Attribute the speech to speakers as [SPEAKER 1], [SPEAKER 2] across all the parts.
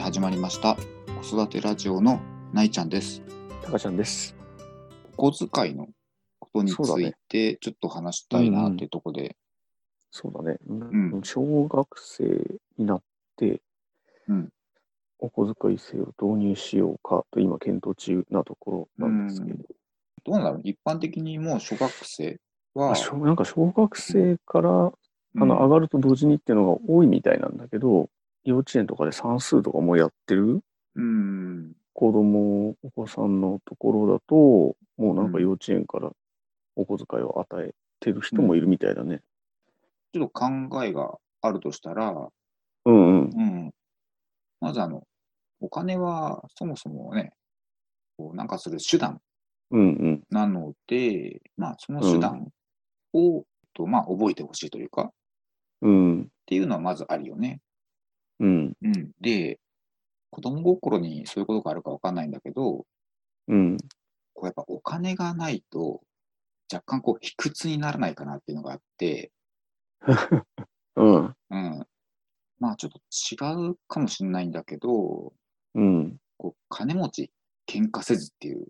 [SPEAKER 1] 始まりました子育てラジオのないちゃんです
[SPEAKER 2] たかちゃんです。
[SPEAKER 1] お小遣いのことにつ
[SPEAKER 2] そうだ
[SPEAKER 1] い
[SPEAKER 2] ね
[SPEAKER 1] てちょっと話したいなっていうところで
[SPEAKER 2] そうだね。
[SPEAKER 1] ん
[SPEAKER 2] うん、小学生になって、
[SPEAKER 1] うん
[SPEAKER 2] お小遣い制を導入しようかと今検討中なところなんですけど、
[SPEAKER 1] どうなの一般的にもう小学生は
[SPEAKER 2] あ小なんか小学生から、
[SPEAKER 1] うん
[SPEAKER 2] あの上がると同時にっていうのが多いみたいなんだけど、幼稚園とかで算数とかもやってる
[SPEAKER 1] うん
[SPEAKER 2] 子供、お子さんのところだと、もうなんか幼稚園からお小遣いを与えてる人もいるみたいだね。
[SPEAKER 1] ちょっと考えがあるとしたら、
[SPEAKER 2] うんうん。
[SPEAKER 1] うん、まずあのお金はそもそもねこうなんかする手段
[SPEAKER 2] うんうん。
[SPEAKER 1] なので、まあ、その手段を、えっとまあ、覚えてほしいというか、っ
[SPEAKER 2] うん。
[SPEAKER 1] ていうのはまずあるよね。
[SPEAKER 2] うん。
[SPEAKER 1] うん、で、子供心にそういうことがあるかわかんないんだけど、
[SPEAKER 2] うん。
[SPEAKER 1] こうやっぱお金がないと、若干こう、卑屈にならないかなっていうのがあって、
[SPEAKER 2] うん。
[SPEAKER 1] うん、まあちょっと違うかもしれないんだけど、
[SPEAKER 2] うん。
[SPEAKER 1] こう金持ち、喧嘩せずっていう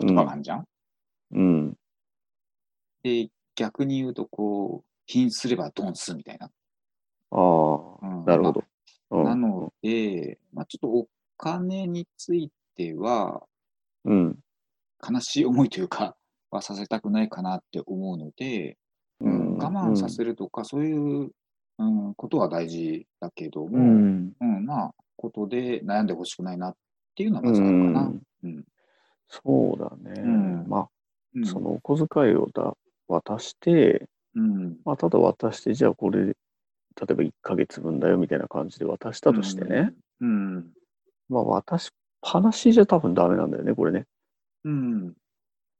[SPEAKER 1] 言葉があるじゃん。
[SPEAKER 2] うん。
[SPEAKER 1] で、逆に言うと、こう、貧すればドンスみたいな。
[SPEAKER 2] ああ、
[SPEAKER 1] うん
[SPEAKER 2] なるほど。うん
[SPEAKER 1] なので、まあ、ちょっとお金については、
[SPEAKER 2] うん。
[SPEAKER 1] 悲しい思いというか、 はさせたくないかなって思うので、
[SPEAKER 2] うん
[SPEAKER 1] 我慢させるとか、そういう、うん、ことは大事だけど
[SPEAKER 2] う
[SPEAKER 1] も、
[SPEAKER 2] ん。
[SPEAKER 1] うんまあ、ことで悩んでほしくないなっていうのは
[SPEAKER 2] う
[SPEAKER 1] まずあるかな。
[SPEAKER 2] ん。
[SPEAKER 1] うん
[SPEAKER 2] そうだね。
[SPEAKER 1] うん
[SPEAKER 2] ま
[SPEAKER 1] うん
[SPEAKER 2] あ、そのお小遣いをだ渡して、
[SPEAKER 1] うん
[SPEAKER 2] まあ、ただ渡して、じゃあこれ、例えば1ヶ月分だよみたいな感じで渡したとしてね。
[SPEAKER 1] うんうん
[SPEAKER 2] まあ、渡しっぱなしじゃ多分ダメなんだよね、これね。
[SPEAKER 1] うん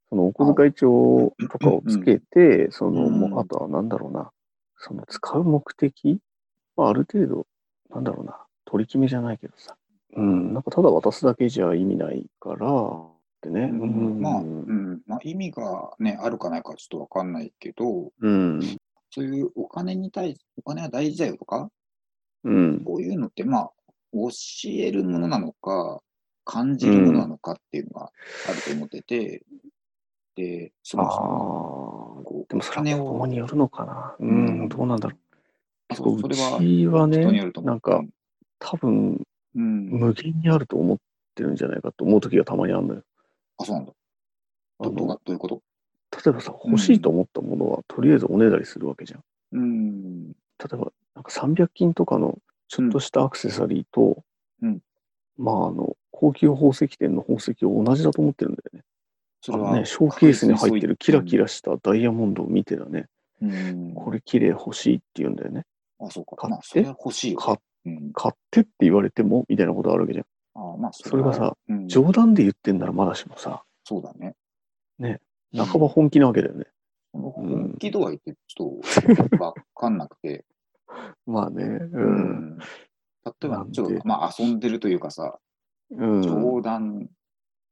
[SPEAKER 2] そのお小遣い帳とかをつけて、その、
[SPEAKER 1] うん
[SPEAKER 2] もうあとはなんだろうな、その使う目的、まあ、ある程度、なんだろうな、取り決めじゃないけどさ、うん、なんかただ渡すだけじゃ意味ないから、ってね、うん、
[SPEAKER 1] まあ、う
[SPEAKER 2] うん、
[SPEAKER 1] んまあ、意味が、ね、あるかないかちょっとわかんないけど、
[SPEAKER 2] うん、
[SPEAKER 1] そういうお金に対し、お金は大事だよとか、
[SPEAKER 2] うん、
[SPEAKER 1] こういうのって、まあ、教えるものなのか、感じるものなのかっていうのがあると思ってて、で、そ
[SPEAKER 2] あ
[SPEAKER 1] もそも、
[SPEAKER 2] あ、
[SPEAKER 1] こう、
[SPEAKER 2] でもそれは子供によるのかな、う
[SPEAKER 1] 金を
[SPEAKER 2] ん、どうなんだろう。
[SPEAKER 1] あそ
[SPEAKER 2] 結構
[SPEAKER 1] うそうれは
[SPEAKER 2] ちは
[SPEAKER 1] 人による
[SPEAKER 2] ね
[SPEAKER 1] と、思う。
[SPEAKER 2] なんか、多分
[SPEAKER 1] うん、
[SPEAKER 2] 無限にあると思ってるんじゃないかと思う時がたまにあるのよ。
[SPEAKER 1] あ、そうなんだ。
[SPEAKER 2] あ
[SPEAKER 1] どどう
[SPEAKER 2] の
[SPEAKER 1] がどういうこと
[SPEAKER 2] 例えばさ、欲しいと思ったものは、とりあえずおねだりするわけじゃん。
[SPEAKER 1] うん、
[SPEAKER 2] 例えば、なんか300均とかのちょっとしたアクセサリーと、
[SPEAKER 1] うん
[SPEAKER 2] まあ、あの、高級宝石店の宝石を同じだと思ってるんだよね。
[SPEAKER 1] それ
[SPEAKER 2] あ
[SPEAKER 1] は、
[SPEAKER 2] のね、ショーケースに入ってるキラキ
[SPEAKER 1] ラ。
[SPEAKER 2] ラしたダイヤモンドを見てだね、
[SPEAKER 1] うん、
[SPEAKER 2] これ綺麗欲しいって言うんだよね。
[SPEAKER 1] あ、そうか。
[SPEAKER 2] 買
[SPEAKER 1] まあ
[SPEAKER 2] っ、て
[SPEAKER 1] それは欲しいよ。
[SPEAKER 2] 買
[SPEAKER 1] うん、
[SPEAKER 2] 買ってって言われてもみたいなことあるわけじゃん。
[SPEAKER 1] あまあ、
[SPEAKER 2] それがさ、
[SPEAKER 1] うん、そ
[SPEAKER 2] 冗談で言ってんならまだしもさ、
[SPEAKER 1] うだね。
[SPEAKER 2] ね、半ば本気なわけだよね。
[SPEAKER 1] 本気度合いってちょっ とわかんなくて、
[SPEAKER 2] まあね、う。
[SPEAKER 1] うんん例えば
[SPEAKER 2] な、ん
[SPEAKER 1] ち
[SPEAKER 2] で
[SPEAKER 1] ょっと、まあ、遊んでるというかさ、
[SPEAKER 2] うん。
[SPEAKER 1] 冗談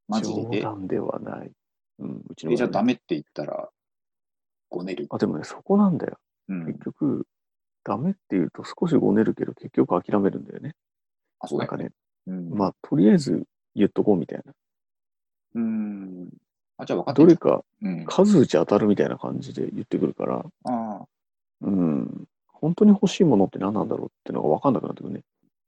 [SPEAKER 1] 交じり
[SPEAKER 2] 冗
[SPEAKER 1] で、
[SPEAKER 2] 談ではない。うん、うちの
[SPEAKER 1] えじゃあ
[SPEAKER 2] 親ね
[SPEAKER 1] ダメって言ったら、ごねる。
[SPEAKER 2] あ、でもね、そこなんだよ。
[SPEAKER 1] うん
[SPEAKER 2] 結。局、ダメって言うと少しごねるけど、結局諦めるんだよね。
[SPEAKER 1] あ、そう
[SPEAKER 2] な
[SPEAKER 1] だ
[SPEAKER 2] んか
[SPEAKER 1] よね。
[SPEAKER 2] ね、
[SPEAKER 1] うん。
[SPEAKER 2] まあ、とりあえず言っとこうみたい
[SPEAKER 1] うん。あ、じゃあ分か
[SPEAKER 2] な。
[SPEAKER 1] って
[SPEAKER 2] ど
[SPEAKER 1] る
[SPEAKER 2] れ。か
[SPEAKER 1] うん。
[SPEAKER 2] 数打ち当たるみたいな感じで言ってくるから、
[SPEAKER 1] ああ
[SPEAKER 2] うん、本当に欲しいものって何なんだろうってのが分かんなくなってくるね。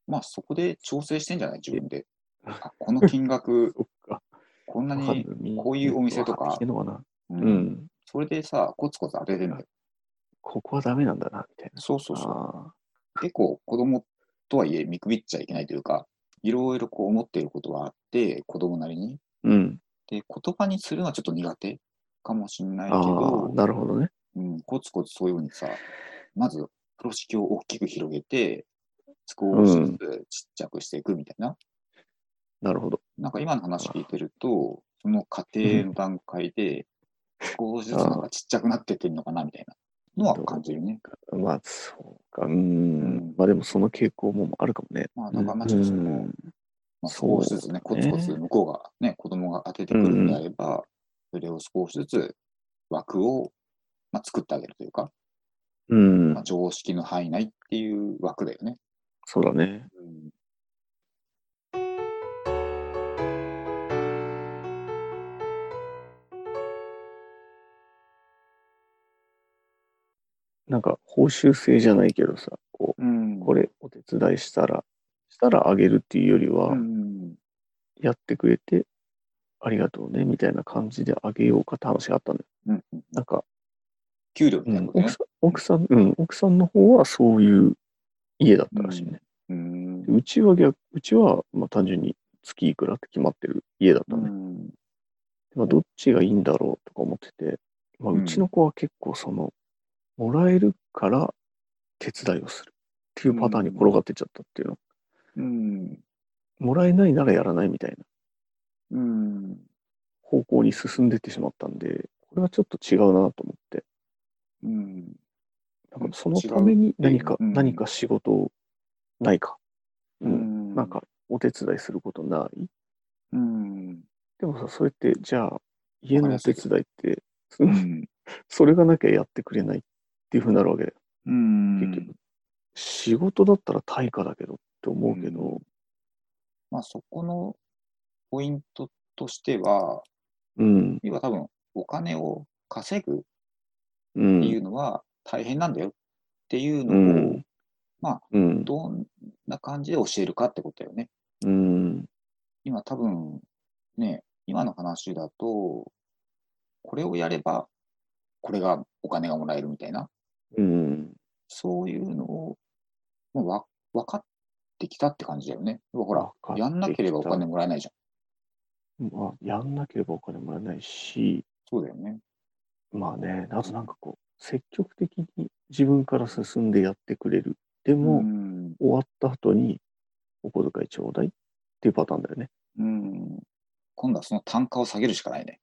[SPEAKER 1] まあ、そこで調整してんじゃない自分 で。あこの金額、
[SPEAKER 2] そっか。
[SPEAKER 1] こんな
[SPEAKER 2] 分かん
[SPEAKER 1] に、
[SPEAKER 2] ない
[SPEAKER 1] こういうお店とか
[SPEAKER 2] 分ってきてんのかな。
[SPEAKER 1] う。
[SPEAKER 2] うんん。
[SPEAKER 1] それでさ、コツコツ当ててるんだよ。
[SPEAKER 2] ここはダメなんだな、みたいな。
[SPEAKER 1] そうそうそう。
[SPEAKER 2] あ
[SPEAKER 1] 結構、子供とはいえ見くびっちゃいけないというか、いろいろこう思っていることはあって、子供なりに。
[SPEAKER 2] ーうん。
[SPEAKER 1] で、言葉にするのはちょっと苦手かもしれないけ
[SPEAKER 2] ああ、
[SPEAKER 1] ど、
[SPEAKER 2] なるほどね。
[SPEAKER 1] うん、コツコツそういうふうにさ、まず風呂敷を大きく広げて、
[SPEAKER 2] う
[SPEAKER 1] 少
[SPEAKER 2] ん
[SPEAKER 1] しずつちっちゃくしていくみたいな。
[SPEAKER 2] なるほど。
[SPEAKER 1] なんか今の話聞いてると、その過程の段階で、少しずつなんかちっちゃくなってってんのかなみたいなのは感じるね。
[SPEAKER 2] まあ、そうか。う
[SPEAKER 1] うん
[SPEAKER 2] ん。まあ、でもその傾向もあるかもね。
[SPEAKER 1] まあ、だからまあ
[SPEAKER 2] うん
[SPEAKER 1] ちょっとその、まあ、
[SPEAKER 2] そ
[SPEAKER 1] 少
[SPEAKER 2] う
[SPEAKER 1] しずつね、コ
[SPEAKER 2] ね
[SPEAKER 1] ツコツ向こうがね、子供が当ててくるんであれば、それを少しずつ枠を、まあ、作ってあげるというか、
[SPEAKER 2] うん
[SPEAKER 1] まあ、。常識の範囲内っていう枠だよね。
[SPEAKER 2] そうだね。
[SPEAKER 1] うん
[SPEAKER 2] なんか報酬制じゃないけどさ、こ
[SPEAKER 1] うん。
[SPEAKER 2] う、これお手伝いしたら、したらあげるっていうよりは
[SPEAKER 1] う、ん。
[SPEAKER 2] やってくれて、ありがとうね、みたいな感じであげようかって話があったんだよ。
[SPEAKER 1] うん。
[SPEAKER 2] なんか、
[SPEAKER 1] 給料み
[SPEAKER 2] う、
[SPEAKER 1] たいなんことね
[SPEAKER 2] 奥さん、奥さん、うん、奥さんの方はそういう家だったらしいね。
[SPEAKER 1] うん。
[SPEAKER 2] うちは逆、うちは、まあ単純に月いくらって決まってる家だった
[SPEAKER 1] う
[SPEAKER 2] ね。
[SPEAKER 1] ん。
[SPEAKER 2] まあどっちがいいんだろうとか思ってて、まあ
[SPEAKER 1] うん
[SPEAKER 2] うちの子は結構その、もらえるから手伝いをするっていうパターンに転がってっちゃったっていうの。
[SPEAKER 1] うん。
[SPEAKER 2] もらえないならやらないみたいな
[SPEAKER 1] うん。
[SPEAKER 2] 方向に進んでってしまったんで、これはちょっと違うなと思って、
[SPEAKER 1] うん。
[SPEAKER 2] なんかそのために何か、
[SPEAKER 1] うん
[SPEAKER 2] 何か仕事をないか。う。
[SPEAKER 1] うんん。
[SPEAKER 2] なんかお手伝いすることない
[SPEAKER 1] うん。
[SPEAKER 2] でもさ、それって、じゃあ、家のお手伝いって、
[SPEAKER 1] う
[SPEAKER 2] うん
[SPEAKER 1] ん。
[SPEAKER 2] それがなきゃやってくれないっていうふうになるわけだよ。
[SPEAKER 1] うん。
[SPEAKER 2] 結局、仕事だったら対価だけどって思うけど、
[SPEAKER 1] まあ、そこのポイントとしては、
[SPEAKER 2] うん、
[SPEAKER 1] 要は多分、お金を稼ぐっ
[SPEAKER 2] う
[SPEAKER 1] てい
[SPEAKER 2] ん、
[SPEAKER 1] うのは大変なんだよっていう
[SPEAKER 2] う
[SPEAKER 1] のを、
[SPEAKER 2] ん、
[SPEAKER 1] まあ
[SPEAKER 2] うん、
[SPEAKER 1] どんな感じで教えるかってことだよね。
[SPEAKER 2] うん、
[SPEAKER 1] 今多分、ね、今の話だと、これをやれば、これがお金がもらえるみたいな、
[SPEAKER 2] うん、
[SPEAKER 1] そういうのを、もうわ分かってきたって感じだよね。要はほら
[SPEAKER 2] わ、かってきた
[SPEAKER 1] やんなければお金もらえないじゃん。
[SPEAKER 2] まあ、やんなければお金もらえないし、
[SPEAKER 1] そうだよね。
[SPEAKER 2] まあね、あとなんかこう、積極的に自分から進んでやってくれる。でも、
[SPEAKER 1] うん。
[SPEAKER 2] 終わった後に、お小遣いちょうだいっていうパターンだよね。
[SPEAKER 1] うん。今度はその単価を下げるしかないね。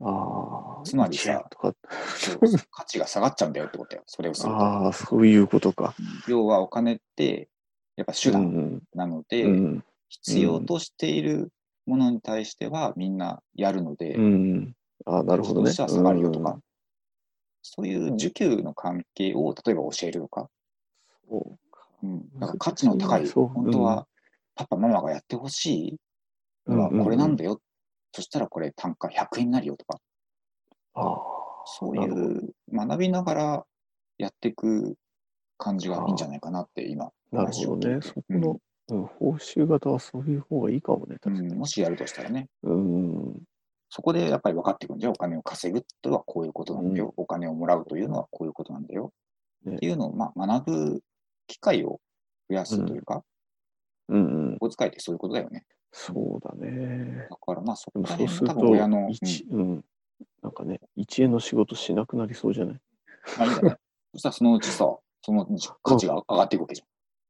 [SPEAKER 2] ああ、
[SPEAKER 1] つまりさ
[SPEAKER 2] 1円とか。
[SPEAKER 1] そう 価値が下がっちゃうんだよってことだよ。それをすると。
[SPEAKER 2] ああ、そういうことか。
[SPEAKER 1] 要はお金って、やっぱ手段
[SPEAKER 2] うん
[SPEAKER 1] なの
[SPEAKER 2] う
[SPEAKER 1] で、
[SPEAKER 2] ん
[SPEAKER 1] 必要としているものに対してはみんなやるので、
[SPEAKER 2] うん、ああ、なるほどね。
[SPEAKER 1] 人としては下がるよとかそういう受給の関係を例えば教えるとか、
[SPEAKER 2] うん。そうか
[SPEAKER 1] うん、
[SPEAKER 2] 難しいね
[SPEAKER 1] なんか価値の高い、
[SPEAKER 2] そう
[SPEAKER 1] 本当はパパ、ママがやってほしいのはこれなんだよ、そしたらこれ単価100円になるよとか、
[SPEAKER 2] ああ、
[SPEAKER 1] そうい
[SPEAKER 2] なるほ
[SPEAKER 1] う学びながらやっていく感じがいいんじゃないかなって今、
[SPEAKER 2] なるほどね。そこ
[SPEAKER 1] うん
[SPEAKER 2] の、うん、報酬型はそういう方がいいかもね、
[SPEAKER 1] う
[SPEAKER 2] 確か
[SPEAKER 1] ん、
[SPEAKER 2] に
[SPEAKER 1] も。しやるとしたらね、
[SPEAKER 2] うん、
[SPEAKER 1] そこでやっぱり分かってくるんじゃん。お金を稼ぐとはこういうことなんだよ。お金をもらうというのはこういうことなんだよ。
[SPEAKER 2] ね
[SPEAKER 1] っていうのを、まあ、学ぶ機会を増やすというか、
[SPEAKER 2] うん、うん
[SPEAKER 1] お小遣いってそういうことだよね。
[SPEAKER 2] そうだね
[SPEAKER 1] だ。からまあそ
[SPEAKER 2] で
[SPEAKER 1] こ
[SPEAKER 2] も
[SPEAKER 1] ら
[SPEAKER 2] そう
[SPEAKER 1] 辺
[SPEAKER 2] する
[SPEAKER 1] も多
[SPEAKER 2] と、
[SPEAKER 1] 分親の、うん
[SPEAKER 2] 一うん、なんかね、一円の仕事しなくなりそうじゃない
[SPEAKER 1] まあいいんじゃない そしたらそのうちさ、その価値が上がっていくわけじ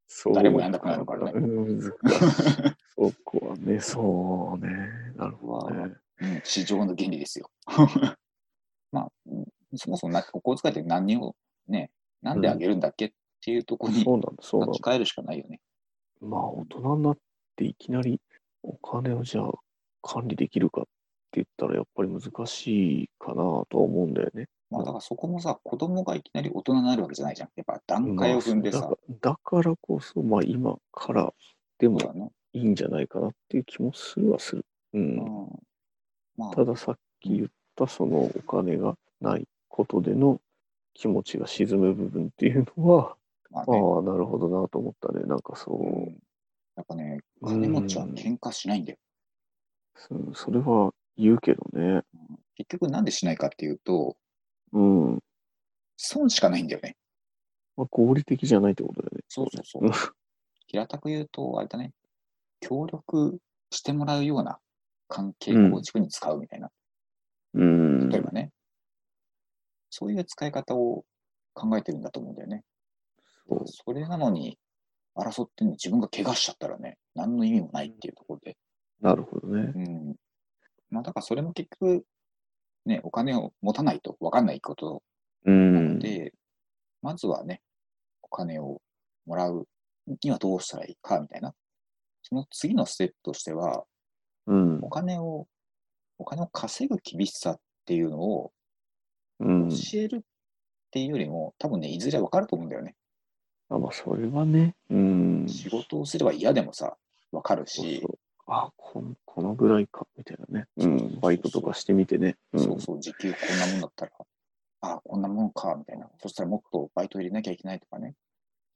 [SPEAKER 2] そう
[SPEAKER 1] 誰もやんなくなるからね
[SPEAKER 2] うん、難
[SPEAKER 1] ゃ
[SPEAKER 2] しいそこはね、そうね。なるほどね。
[SPEAKER 1] ん。うん市場の原理ですよ。 まあ、うんそもそもなお小遣いって何をね、なんであげるんだっけっていうところに
[SPEAKER 2] そうなんだ、そうなん
[SPEAKER 1] 書
[SPEAKER 2] だ
[SPEAKER 1] き。換えるしかないよね。
[SPEAKER 2] まあ大人になっていきなりお金をじゃあ管理できるかって言ったらやっぱり難しいかなとは思うんだよね。
[SPEAKER 1] まあ、だからそこもさ、子供がいきなり大人になるわけじゃないじゃん。やっぱ段階を踏んでさ、
[SPEAKER 2] まあだからだからこそまあ今からでも
[SPEAKER 1] そうだね
[SPEAKER 2] いいんじゃないかなっていう気もするはする。う、
[SPEAKER 1] うんんま
[SPEAKER 2] たださっき言ったそのお金がないことでの気持ちが沈む部分っていうのは、
[SPEAKER 1] あ、まあ
[SPEAKER 2] ああ
[SPEAKER 1] ね、
[SPEAKER 2] なるほどなと思ったね。なんかそう
[SPEAKER 1] う。んやっぱね、金持ちは喧嘩しないんだよ。
[SPEAKER 2] うんそれは言うけどね。
[SPEAKER 1] 結局なんでしないかっていうと、
[SPEAKER 2] うん。
[SPEAKER 1] 損しかないんだよね。
[SPEAKER 2] まあ、合理的じゃないってことだよね。
[SPEAKER 1] そうそうそう。 平たく言うと、あれだね、協力してもらうような関係構築に使うみたいな、
[SPEAKER 2] うん
[SPEAKER 1] 例えばね、そういう使い方を考えてるんだと思うんだよね。
[SPEAKER 2] そう
[SPEAKER 1] それなのに、争ってんのに自分が怪我しちゃったらね、何の意味もないっていうところで。
[SPEAKER 2] なるほどね。
[SPEAKER 1] うん。まあ、だからそれも結局、ね、お金を持たないと分かんないこと
[SPEAKER 2] う
[SPEAKER 1] なの
[SPEAKER 2] ん
[SPEAKER 1] で、まずはね、お金をもらうにはどうしたらいいかみたいな。その次のステップとしては、
[SPEAKER 2] うん
[SPEAKER 1] お金を、お金を稼ぐ厳しさっていうのを
[SPEAKER 2] うん
[SPEAKER 1] 教えるっていうよりも、多分ね、いずれ分かると思うんだよね。
[SPEAKER 2] あまあそれはね。うん。
[SPEAKER 1] 仕事をすれば嫌でもさ、分かる
[SPEAKER 2] そう
[SPEAKER 1] し
[SPEAKER 2] そ、うあこんこのぐらいかみたいなね。う。
[SPEAKER 1] そうそうそうん
[SPEAKER 2] バイトとかしてみてね。うん
[SPEAKER 1] そうそう、時給こんなもんだったら、あ、こんなもんか、みたいな。そしたらもっとバイト入れなきゃいけないとかね。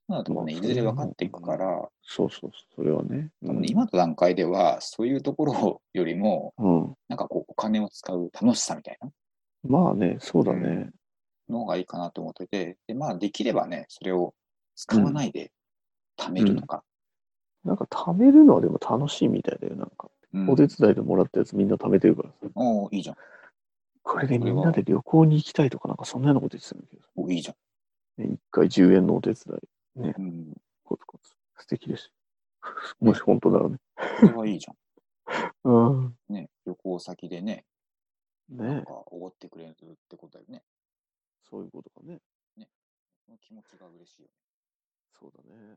[SPEAKER 1] そうなるともうね、
[SPEAKER 2] ま
[SPEAKER 1] い
[SPEAKER 2] あそれは
[SPEAKER 1] ずれ分かっていくから、
[SPEAKER 2] そうそうそう、それはね。
[SPEAKER 1] 多分ね今の段階では、そういうところよりも、
[SPEAKER 2] うん。
[SPEAKER 1] なんかこう、お金を使う楽しさみたいな
[SPEAKER 2] まあね、そうだね。
[SPEAKER 1] の方がいいかなと思ってて、で、まあ、できればね、それを使わないで貯めるとか。
[SPEAKER 2] なんか貯めるのはでも楽しいみたいだよ、なんか。
[SPEAKER 1] うん
[SPEAKER 2] お手伝いでもらったやつみんな貯めてるからさ。
[SPEAKER 1] おーいいじゃん。
[SPEAKER 2] これでみんなで旅行に行きたいとか、なんかそんなようなこと言ってたんだけど
[SPEAKER 1] おいいじゃ
[SPEAKER 2] ね、一回10円のお手伝い、
[SPEAKER 1] ん。うん。
[SPEAKER 2] コツコツ。素敵ですよ。もし本当ならね。
[SPEAKER 1] これはいいじゃ
[SPEAKER 2] うん。
[SPEAKER 1] ん。ね、旅行先でね、な
[SPEAKER 2] ね
[SPEAKER 1] んかおごってくれるってことだよね。
[SPEAKER 2] そういうことかね。
[SPEAKER 1] その気持ちが嬉しいよね。
[SPEAKER 2] そうだね。